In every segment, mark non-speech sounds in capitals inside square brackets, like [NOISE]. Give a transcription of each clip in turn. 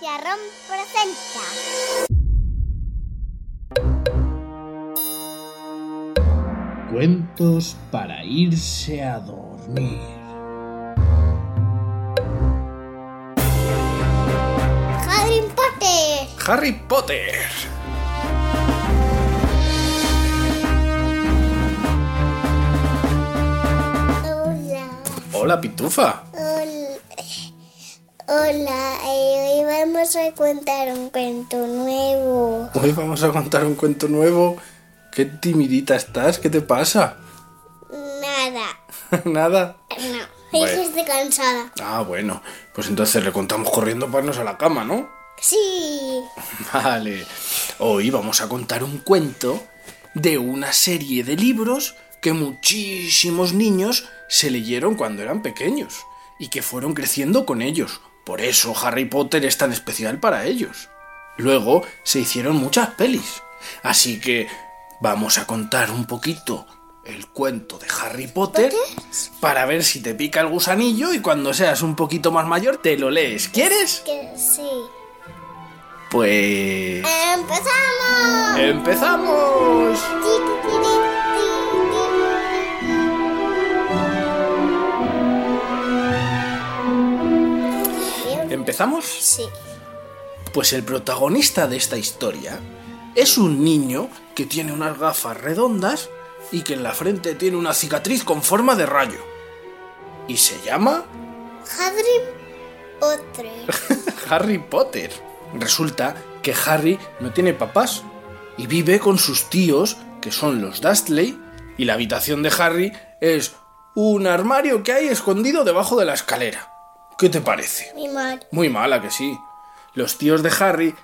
Chicharrón presenta. Cuentos para irse a dormir. Harry Potter. Harry Potter. Hola. Hola, Pitufa. Hola. Hola. eh, hoy vamos a contar un cuento nuevo. Hoy vamos a contar un cuento nuevo. Qué timidita estás, ¿qué te pasa? [LAUGHS] Nada. Nada. No. [LAUGHS] Bueno. Es que estoy cansada. Ah, bueno, pues entonces le contamos corriendo para irnos a la cama, ¿no? Sí. Vale. Hoy vamos a contar un cuento de una serie de libros que muchísimos niños se leyeron cuando eran pequeños y que fueron creciendo con ellos. Por eso Harry Potter es tan especial para ellos. Luego se hicieron muchas pelis. Así que vamos a contar un poquito el cuento de Harry Potter para ver si te pica el gusanillo y cuando seas un poquito más mayor te lo lees. ¿Quieres? Que sí. Pues... ¡Empezamos! ¡Empezamos! ¿Empezamos? Sí. Pues el protagonista de esta historia es un niño que tiene unas gafas redondas y que en la frente tiene una cicatriz con forma de rayo. Y se llama Harry Potter. Harry Potter. Resulta que Harry no tiene papás y vive con sus tíos, que son los Dustley, y la habitación de Harry es un armario que hay escondido debajo de la escalera. ¿Qué te parece? Mi [LAUGHS] madre. Muy mala que sí. Los tíos de Harry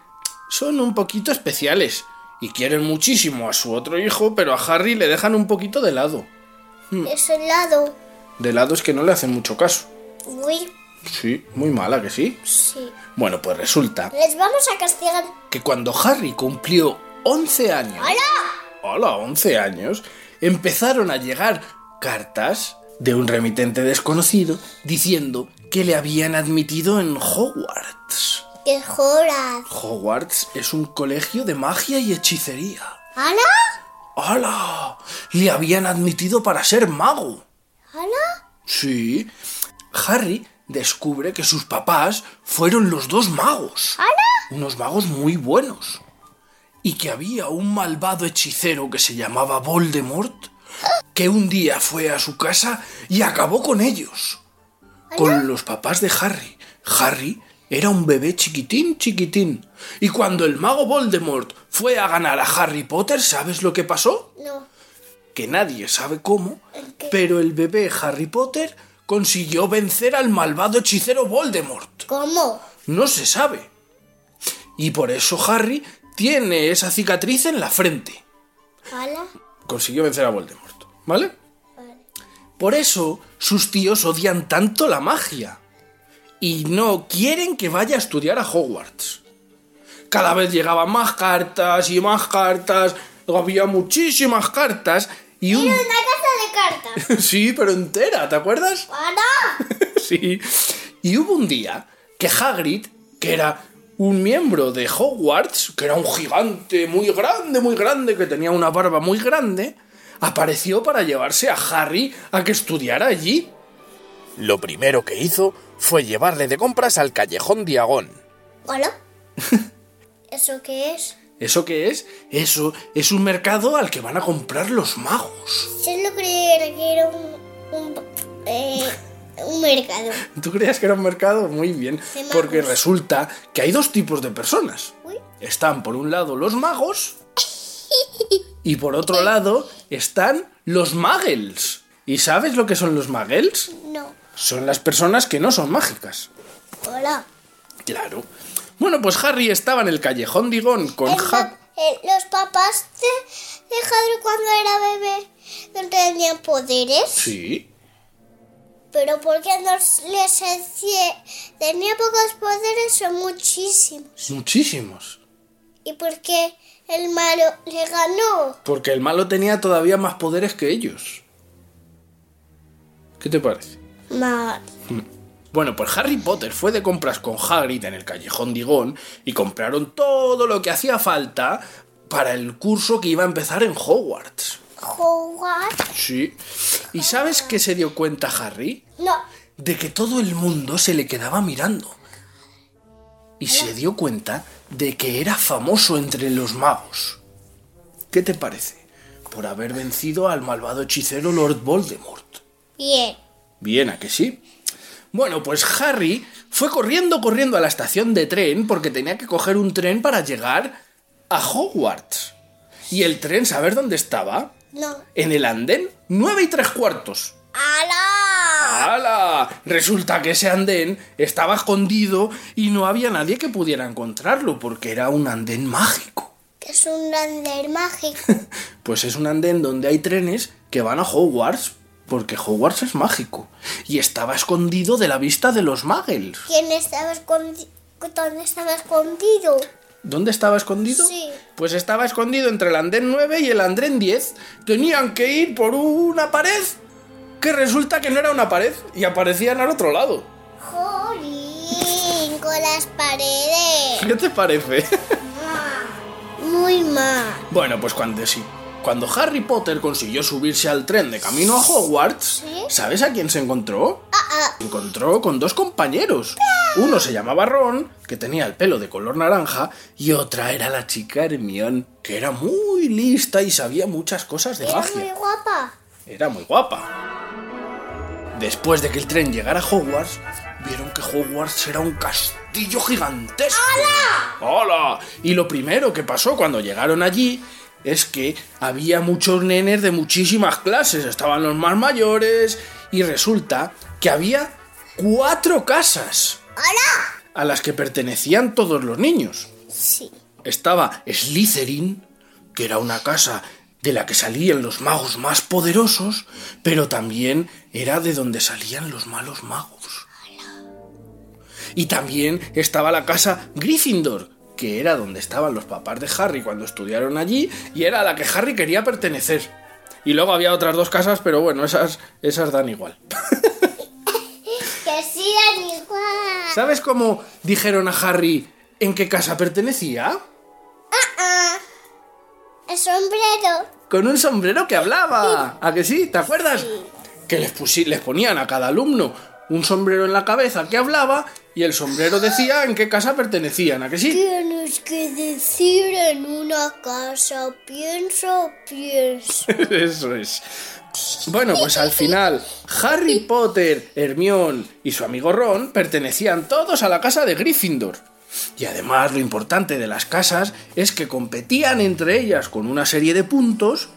son un poquito especiales y quieren muchísimo a su otro hijo, pero a Harry le dejan un poquito de lado. Es helado. De lado es que no le hacen mucho caso. Uy, Sí, muy mala que sí. sí. Bueno, pues resulta Les vamos a castigar. que cuando Harry cumplió 11 años... ¡Hola! Hola, 11 años, empezaron a llegar cartas de un remitente desconocido diciendo que le habían admitido en Hogwarts. ¡Qué joras! Hogwarts es un colegio de magia y hechicería. ¿Hala? ¡Hala! Le habían admitido para ser mago. ¿Hala? Sí. Harry descubre que sus papás fueron los dos magos. ¿Hala? Unos magos muy buenos. Y que había un malvado hechicero que se llamaba Voldemort, que un día fue a su casa y acabó con ellos. Con los papás de Harry. Harry era un bebé chiquitín, chiquitín. Y cuando el mago Voldemort fue a ganar a Harry Potter, ¿sabes lo que pasó? No. que nadie sabe cómo, ¿Qué? pero el bebé Harry Potter consiguió vencer al malvado hechicero Voldemort. ¿Cómo? No se sabe. Y por eso Harry tiene esa cicatriz en la frente. ¿Hala? Consiguió vencer a Voldemort, ¿vale? Vale. Por eso sus tíos odian tanto la magia. Y no quieren que vaya a estudiar a Hogwarts. Cada vez llegaban más cartas y más cartas. Había muchísimas cartas. Y un... Una casa de cartas. [LAUGHS] Sí, pero entera, ¿te [LAUGHS] acuerdas? ¡Hala! Sí. Y hubo un día que Hagrid, que era un miembro de Hogwarts, que era un gigante muy grande, muy grande, que tenía una barba muy grande, apareció para llevarse a Harry a que estudiara allí. Lo primero que hizo fue llevarle de compras al callejón Diagón. ¿Hola? ¿Eso qué es? ¿Eso qué es? Eso es un mercado al que van a comprar los magos. Yo lo creía que era un. un. eh, un mercado. ¿Tú creías que era un mercado? Muy bien. magos. Porque resulta que hay dos tipos de personas. Uy. Están por un lado los magos y por otro lado están los muggles. ¿Y sabes lo que son los muggles? No. Son las personas que no son mágicas. ¿Hola? Claro. Bueno, pues Harry estaba en el callejón Digón con El Hag... pap- el- eh, los papás de, de Harry cuando era bebé no tenían poderes. Sí. Pero porque no les hacía. Tenía pocos poderes o muchísimos. Muchísimos. ¿Y porque el malo le ganó? Porque el malo tenía todavía más poderes que ellos. ¿Qué te parece? Mal. Bueno, pues Harry Potter fue de compras con Hagrid en el callejón Digón y compraron todo lo que hacía falta para el curso que iba a empezar en Hogwarts. Hogwarts. Sí. ¿Y sabes qué se dio cuenta Harry? No. De que todo el mundo se le quedaba mirando. Y se dio cuenta de que era famoso entre los magos. ¿Qué te parece? Por haber vencido al malvado hechicero Lord Voldemort. Bien. Bien, ¿a que sí? Bueno, pues Harry fue corriendo, corriendo a la estación de tren porque tenía que coger un tren para llegar a Hogwarts. Y el tren, ¿saber dónde estaba? No. En el andén 9 y 3 cuartos. ¡Ala! ¡Hala! Resulta que ese andén estaba escondido y no había nadie que pudiera encontrarlo porque era un andén mágico. Que es un lander [LAUGHS] mágico. Pues es un andén donde hay trenes que van a Hogwarts porque Hogwarts es mágico. Y estaba escondido de la vista de los muggles. ¿Quién estaba escondido? ¿Dónde estaba escondido? ¿Dónde estaba escondido? Sí. Pues estaba escondido entre el andén 9 y el andén 10. Tenían que ir por una pared que resulta que no era una pared y aparecían al otro lado. Jolín, con las paredes. ¿Qué [LAUGHS] te parece? Muy mal. bueno, pues cuando sí. Cuando Harry Potter consiguió subirse al tren de camino a Hogwarts, Sí. ¿sabes a quién se encontró? Ah, ah. encontró con dos compañeros. Uno se llamaba Ron, que tenía el pelo de color naranja, y otra era la chica Hermión, que era muy lista y sabía muchas cosas de Era muy magia. guapa. Era muy guapa. Después de que el tren llegara a Hogwarts, vieron que Hogwarts era un castillo gigantesco. ¡Hola! ¡Hola! Y lo primero que pasó cuando llegaron allí es que había muchos nenes de muchísimas clases. Estaban los más mayores y resulta que había cuatro casas ¡Hola! a las que pertenecían todos los niños Sí. estaba Slytherin, que era una casa de la que salían los magos más poderosos, pero también era de donde salían los malos magos. Y también estaba la casa Gryffindor, que era donde estaban los papás de Harry cuando estudiaron allí y era a la que Harry quería pertenecer. Y luego había otras dos casas, pero bueno, esas, esas dan igual. Que sí, dan igual. ¿Sabes cómo dijeron a Harry en qué casa pertenecía? El sombrero. con un sombrero que hablaba. ¿A que sí? ¿Te acuerdas? Que les, pusi- les ponían a cada alumno un sombrero en la cabeza que hablaba y el sombrero decía en qué casa pertenecían. ¿A que sí? Tienes que decir en una casa, pienso, pienso. [LAUGHS] Eso es. Bueno, pues al final, Harry Potter, Hermión y su amigo Ron pertenecían todos a la casa de Gryffindor. Y además, lo importante de las casas es que competían entre ellas con una serie de puntos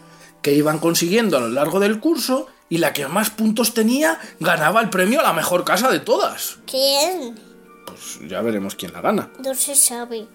que iban consiguiendo a lo largo del curso y la que más puntos tenía ganaba el premio a la mejor casa de todas. ¿Quién? Pues ya veremos quién la gana. No se sabe.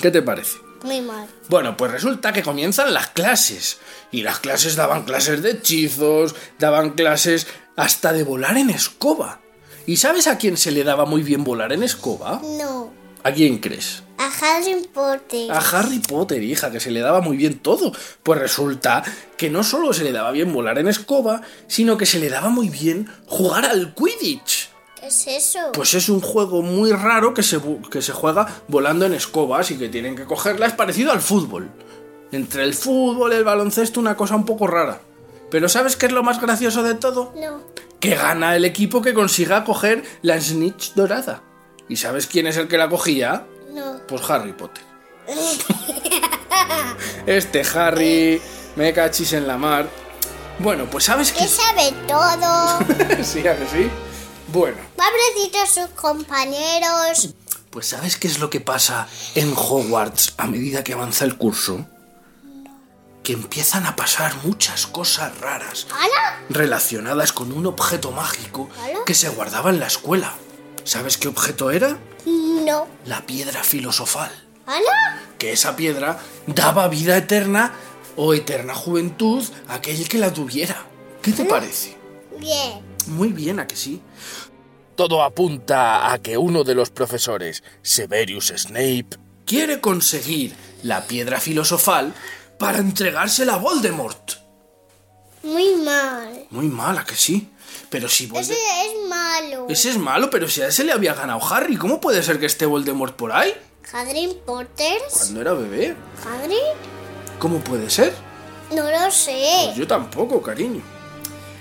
¿Qué te parece? Muy mal. Bueno, pues resulta que comienzan las clases. Y las clases daban clases de hechizos, daban clases hasta de volar en escoba. ¿Y sabes a quién se le daba muy bien volar en escoba? No. ¿A quién crees? A Harry Potter. A Harry Potter, hija, que se le daba muy bien todo. Pues resulta que no solo se le daba bien volar en escoba, sino que se le daba muy bien jugar al Quidditch. ¿Qué es eso? Pues es un juego muy raro que se, bu- que se juega volando en escobas y que tienen que cogerla. Es parecido al fútbol. Entre el fútbol, el baloncesto, una cosa un poco rara. Pero ¿sabes qué es lo más gracioso de todo? No. Que gana el equipo que consiga coger la snitch dorada. ¿Y sabes quién es el que la cogía? No. Pues Harry Potter. Este Harry, me cachis en la mar. Bueno, pues ¿sabes Que qué? sabe todo. [LAUGHS] sí, a que sí. Bueno, Pobrecito sus compañeros. Pues ¿sabes qué es lo que pasa en Hogwarts a medida que avanza el curso? Que empiezan a pasar muchas cosas raras ¡Hala! relacionadas con un objeto mágico ¿Hola? que se guardaba en la escuela. ¿Sabes qué objeto era? No. La piedra filosofal. ¡Hala! Que esa piedra daba vida eterna o eterna juventud a aquel que la tuviera. ¿Qué te parece? Bien. Muy bien, a que sí. Todo apunta a que uno de los profesores, Severus Snape, quiere conseguir la piedra filosofal para entregársela a Voldemort. Muy mal. Muy mala que sí. Pero si Ese Voldemort... es malo. Ese es malo, pero si a ese le había ganado Harry, ¿cómo puede ser que esté Voldemort por ahí? ¿Hadrin Potter? Cuando era bebé. ¿Hadrin? ¿Cómo puede ser? No lo Pues sé. yo tampoco, cariño.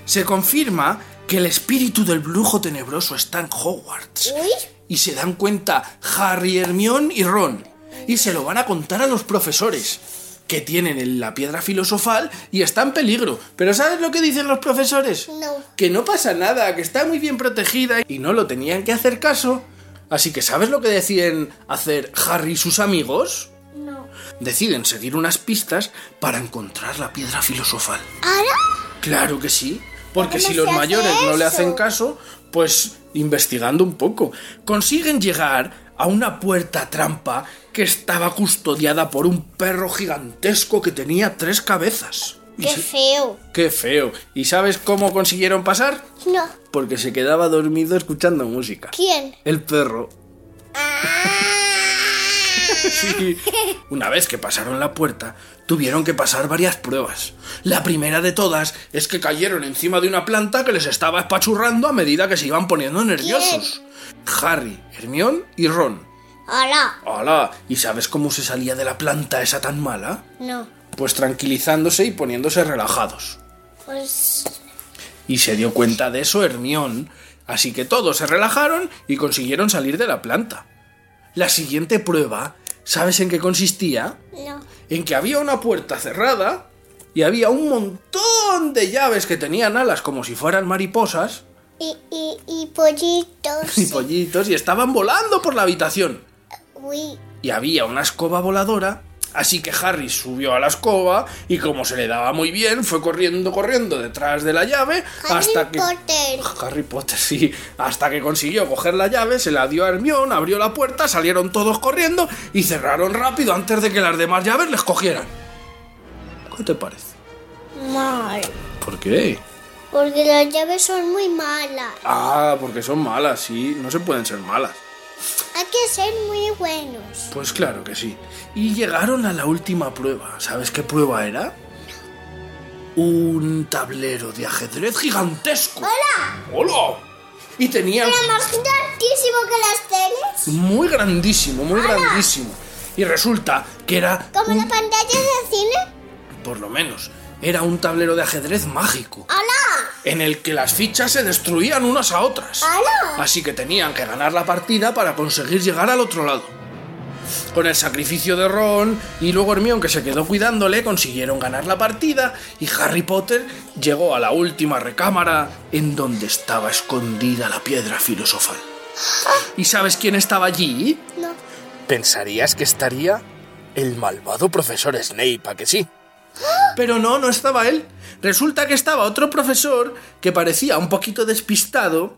Se confirma que el espíritu del brujo tenebroso está en Hogwarts. Uy, Y se dan cuenta Harry, Hermione y Ron. Y se lo van a contar a los profesores, que tienen en la piedra filosofal y está en peligro. Pero ¿sabes lo que dicen los profesores? no. Que no pasa nada, que está muy bien protegida y no lo tenían que hacer caso. Así que ¿sabes lo que deciden hacer Harry y sus amigos? No. Deciden seguir unas pistas para encontrar la piedra filosofal. ¿Ahora? Claro que sí, porque ¿Cómo si se los hace mayores no le eso? hacen caso, pues investigando un poco, consiguen llegar a una puerta trampa que estaba custodiada por un perro gigantesco que tenía tres cabezas. Y Qué se- feo. ¡Qué feo! ¿Y sabes cómo consiguieron pasar? No. Porque se quedaba dormido escuchando música. ¿Quién? El perro. [LAUGHS] Sí. Una vez que pasaron la puerta, tuvieron que pasar varias pruebas. La primera de todas es que cayeron encima de una planta que les estaba espachurrando a medida que se iban poniendo nerviosos. Harry, Hermione y Ron. ¿Ahora? ¡Hala! ¿Y sabes cómo se salía de la planta esa tan mala? No. Pues tranquilizándose y poniéndose relajados. Pues Y se dio cuenta de eso Hermión. Así que todos se relajaron y consiguieron salir de la planta. La siguiente prueba, ¿sabes en qué consistía? no. En que había una puerta cerrada y había un montón de llaves que tenían alas como si fueran mariposas Y, y, y pollitos. [LAUGHS] y pollitos y estaban volando por la habitación. Uy. y había una escoba voladora, así que Harry subió a la escoba y como se le daba muy bien, fue corriendo, corriendo detrás de la llave Harry hasta que... Potter. Harry Potter, sí, hasta que consiguió coger la llave, se la dio a Hermione, abrió la puerta, salieron todos corriendo y cerraron rápido antes de que las demás llaves les cogieran. ¿Qué te parece? Mal. ¿Por qué? Porque las llaves son muy malas. Ah, porque son malas, sí, no se pueden ser malas. Hay que ser muy buenos. Pues claro que sí. Y llegaron a la última prueba. ¿Sabes qué prueba era? Un tablero de ajedrez gigantesco. ¡Hola! ¡Hola! Y tenía más tantísimo que las teles. muy grandísimo, muy grandísimo. Y resulta que era, Como las pantallas de cine. por lo menos, era un tablero de ajedrez mágico. ¡Hola! En el que las fichas se destruían unas a otras. ¡Hala! Así que tenían que ganar la partida para conseguir llegar al otro lado. Con el sacrificio de Ron y luego Hermione que se quedó cuidándole consiguieron ganar la partida y Harry Potter llegó a la última recámara en donde estaba escondida la piedra filosofal. ¿Y sabes quién estaba allí? No. Pensarías que estaría el malvado profesor Snape, ¿a que sí? Pero no, no estaba él. Resulta que estaba otro profesor que parecía un poquito despistado,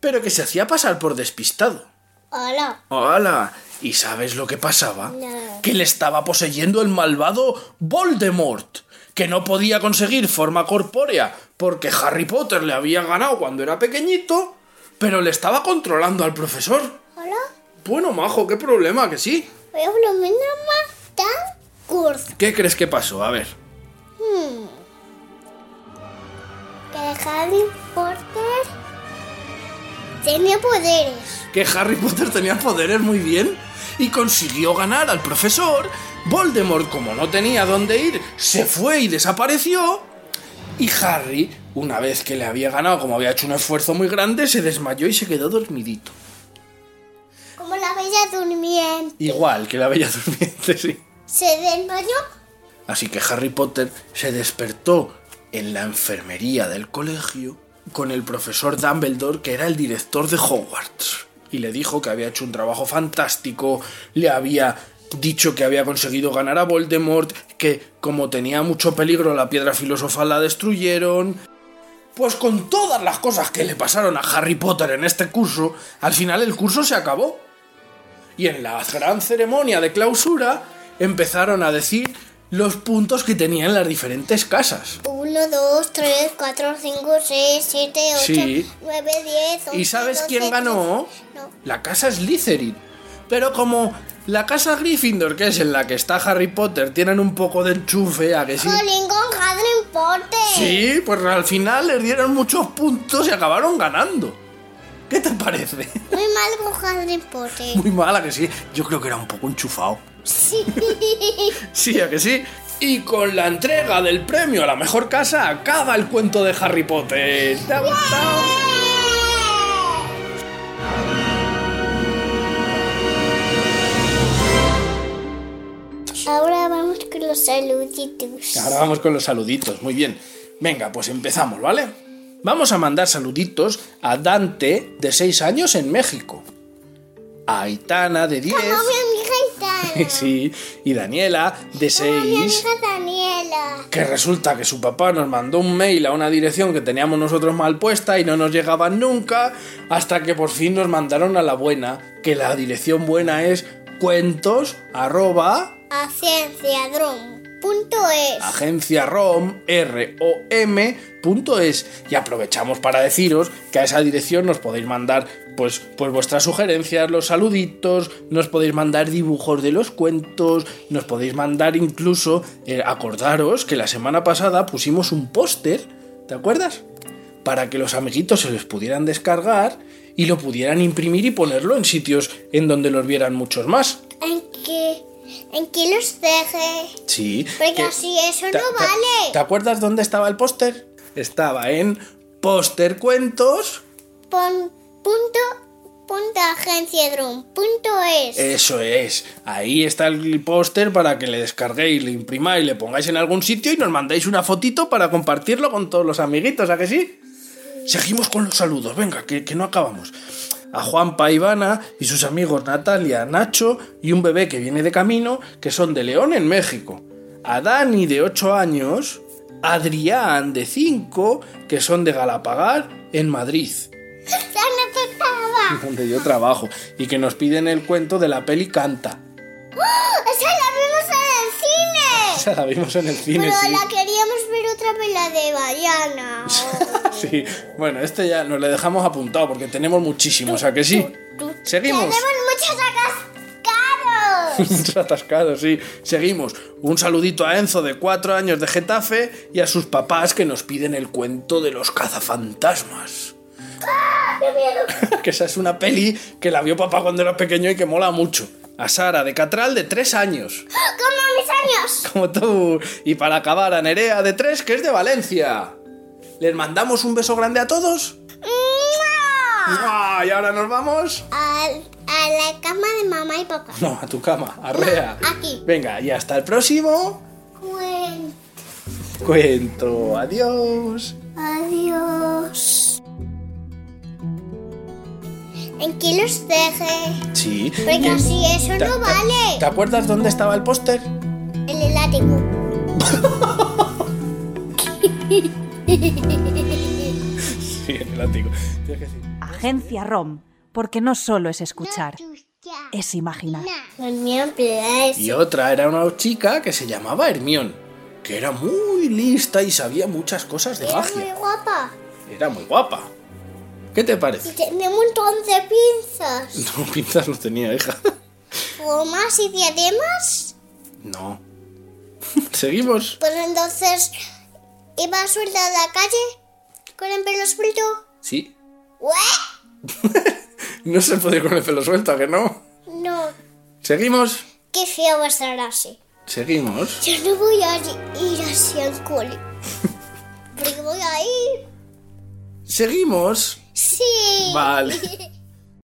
pero que se hacía pasar por despistado. ¡Hola! ¡Hala! ¿Y sabes lo que pasaba? No. Que le estaba poseyendo el malvado Voldemort, que no podía conseguir forma corpórea porque Harry Potter le había ganado cuando era pequeñito, pero le estaba controlando al profesor. ¿Hola? Bueno, majo, qué problema, que sí. Voy a por lo menos más tan curso. ¿Qué crees que pasó? A ver. Que Harry Potter tenía poderes. Que Harry Potter tenía poderes muy bien y consiguió ganar al profesor. Voldemort, como no tenía dónde ir, se fue y desapareció. Y Harry, una vez que le había ganado, como había hecho un esfuerzo muy grande, se desmayó y se quedó dormidito. Como la bella durmiente. Igual que la bella durmiente, [LAUGHS] sí. Se desmayó. Así que Harry Potter se despertó en la enfermería del colegio con el profesor Dumbledore, que era el director de Hogwarts. Y le dijo que había hecho un trabajo fantástico, le había dicho que había conseguido ganar a Voldemort, que como tenía mucho peligro la piedra filosofal la destruyeron. Pues con todas las cosas que le pasaron a Harry Potter en este curso, al final el curso se acabó. Y en la gran ceremonia de clausura empezaron a decir los puntos que tenían las diferentes casas. 1, 2, 3, 4, 5, 6, 7, 8, Sí. 9, 10. 11, ¿Y sabes 12, quién ganó? 13. No. La casa Slytherin. Pero como la casa Gryffindor, que es en la que está Harry Potter, tienen un poco de enchufe, a que sí. Jolín con verdad no importe. Sí, pues al final les dieron muchos puntos y acabaron ganando. ¿Qué te parece? [LAUGHS] Muy mal con Harry Potter. Muy mala que sí. Yo creo que era un poco enchufado. Sí. [LAUGHS] Sí, a que sí. Y con la entrega del premio a la mejor casa acaba el cuento de Harry Potter. ¿Te ha gustado? Ahora vamos con los saluditos. Ahora vamos con los saluditos, muy bien. Venga, pues empezamos, ¿vale? Vamos a mandar saluditos a Dante, de 6 años, en México. A Aitana, de 10. Como mi amiga Itana. [LAUGHS] Sí, y Daniela, de Mi 6. amiga Daniela. Que resulta que su papá nos mandó un mail a una dirección que teníamos nosotros mal puesta y no nos llegaban nunca, hasta que por fin nos mandaron a la buena, que la dirección buena es cuentos arroba A cienciadrón. Punto Ah. es. agenciarom, R-O-M, punto es. Y aprovechamos para deciros que a esa dirección nos podéis mandar pues, pues vuestras sugerencias, los saluditos, nos podéis mandar dibujos de los cuentos, nos podéis mandar incluso, eh, acordaros que la semana pasada pusimos un póster, ¿te acuerdas? Para que los amiguitos se los pudieran descargar y lo pudieran imprimir y ponerlo en sitios en donde los vieran muchos más. En que, en que los deje. Sí. Porque que- así eso ¿Te- no te- vale. ¿Te acuerdas dónde estaba el póster? Estaba en Póster Cuentos. Pon, punto, punto agenciadrón. Punto es. Eso es. Ahí está el póster para que le descarguéis, le imprimáis, le pongáis en algún sitio y nos mandéis una fotito para compartirlo con todos los amiguitos, ¿a que sí? Seguimos con los saludos, venga, que, que no acabamos. A Juanpa Ivana y sus amigos Natalia, Nacho y un bebé que viene de camino, que son de León en México. A Dani de 8 años, Adrián de 5, que son de Galapagar en Madrid [LAUGHS] Ya no te [LAUGHS] estaba. donde yo trabajo, y que nos piden el cuento de la peli Canta. ¡Oh! Esa la vimos en el cine. Esa [LAUGHS] la vimos en el cine, Pero sí. la queríamos ver otra vez la de Bayana. [LAUGHS] Oh. Sí. Bueno, este ya nos le dejamos apuntado porque tenemos muchísimos, ¿a que sí? Seguimos. [LAUGHS] Tenemos muchos atascados. Muchos atascados, sí. Seguimos. Un saludito a Enzo de 4 años de Getafe y a sus papás que nos piden el cuento de los cazafantasmas. [LAUGHS] que esa es una peli que la vio papá cuando era pequeño y que mola mucho. A Sara de Catral de 3 años. [LAUGHS] ¡Oh! Como mis años. como tú. Y para acabar, a Nerea de 3, que es de Valencia. Les mandamos un beso grande a todos. ¡Mua! ¡Mua! Y ahora nos vamos. Al- a la cama de mamá y papá. No, a tu cama, a Rea. Aquí. Venga, y hasta el próximo Bueno, cuento. Adiós. adiós. En que los deje. Sí. eh, Porque así eso ¿Te- no te- vale. ¿Te acuerdas dónde estaba el póster? [LAUGHS] En el látigo. Sí, en el ático. Tienes que decir. Agencia ROM, porque no solo es escuchar, es imaginar. Eh. pues, Y otra era una chica que se llamaba Hermión, que era muy lista y sabía muchas cosas de Era muy magia. guapa. Era muy guapa. ¿Qué te parece? [LAUGHS] Y tenía un montón de pinzas. No, pinzas no tenía, hija. [LAUGHS] Gomas y diademas. No. Seguimos. Pues entonces iba suelta a la calle con el pelo suelto. Sí. ¿Ué? No se puede con el pelo suelto, ¿a que no. No, Seguimos. qué feo va a estar así. Seguimos. Yo no voy a ir así al cole. Porque voy a ir. Seguimos. Sí. [LAUGHS] Vale.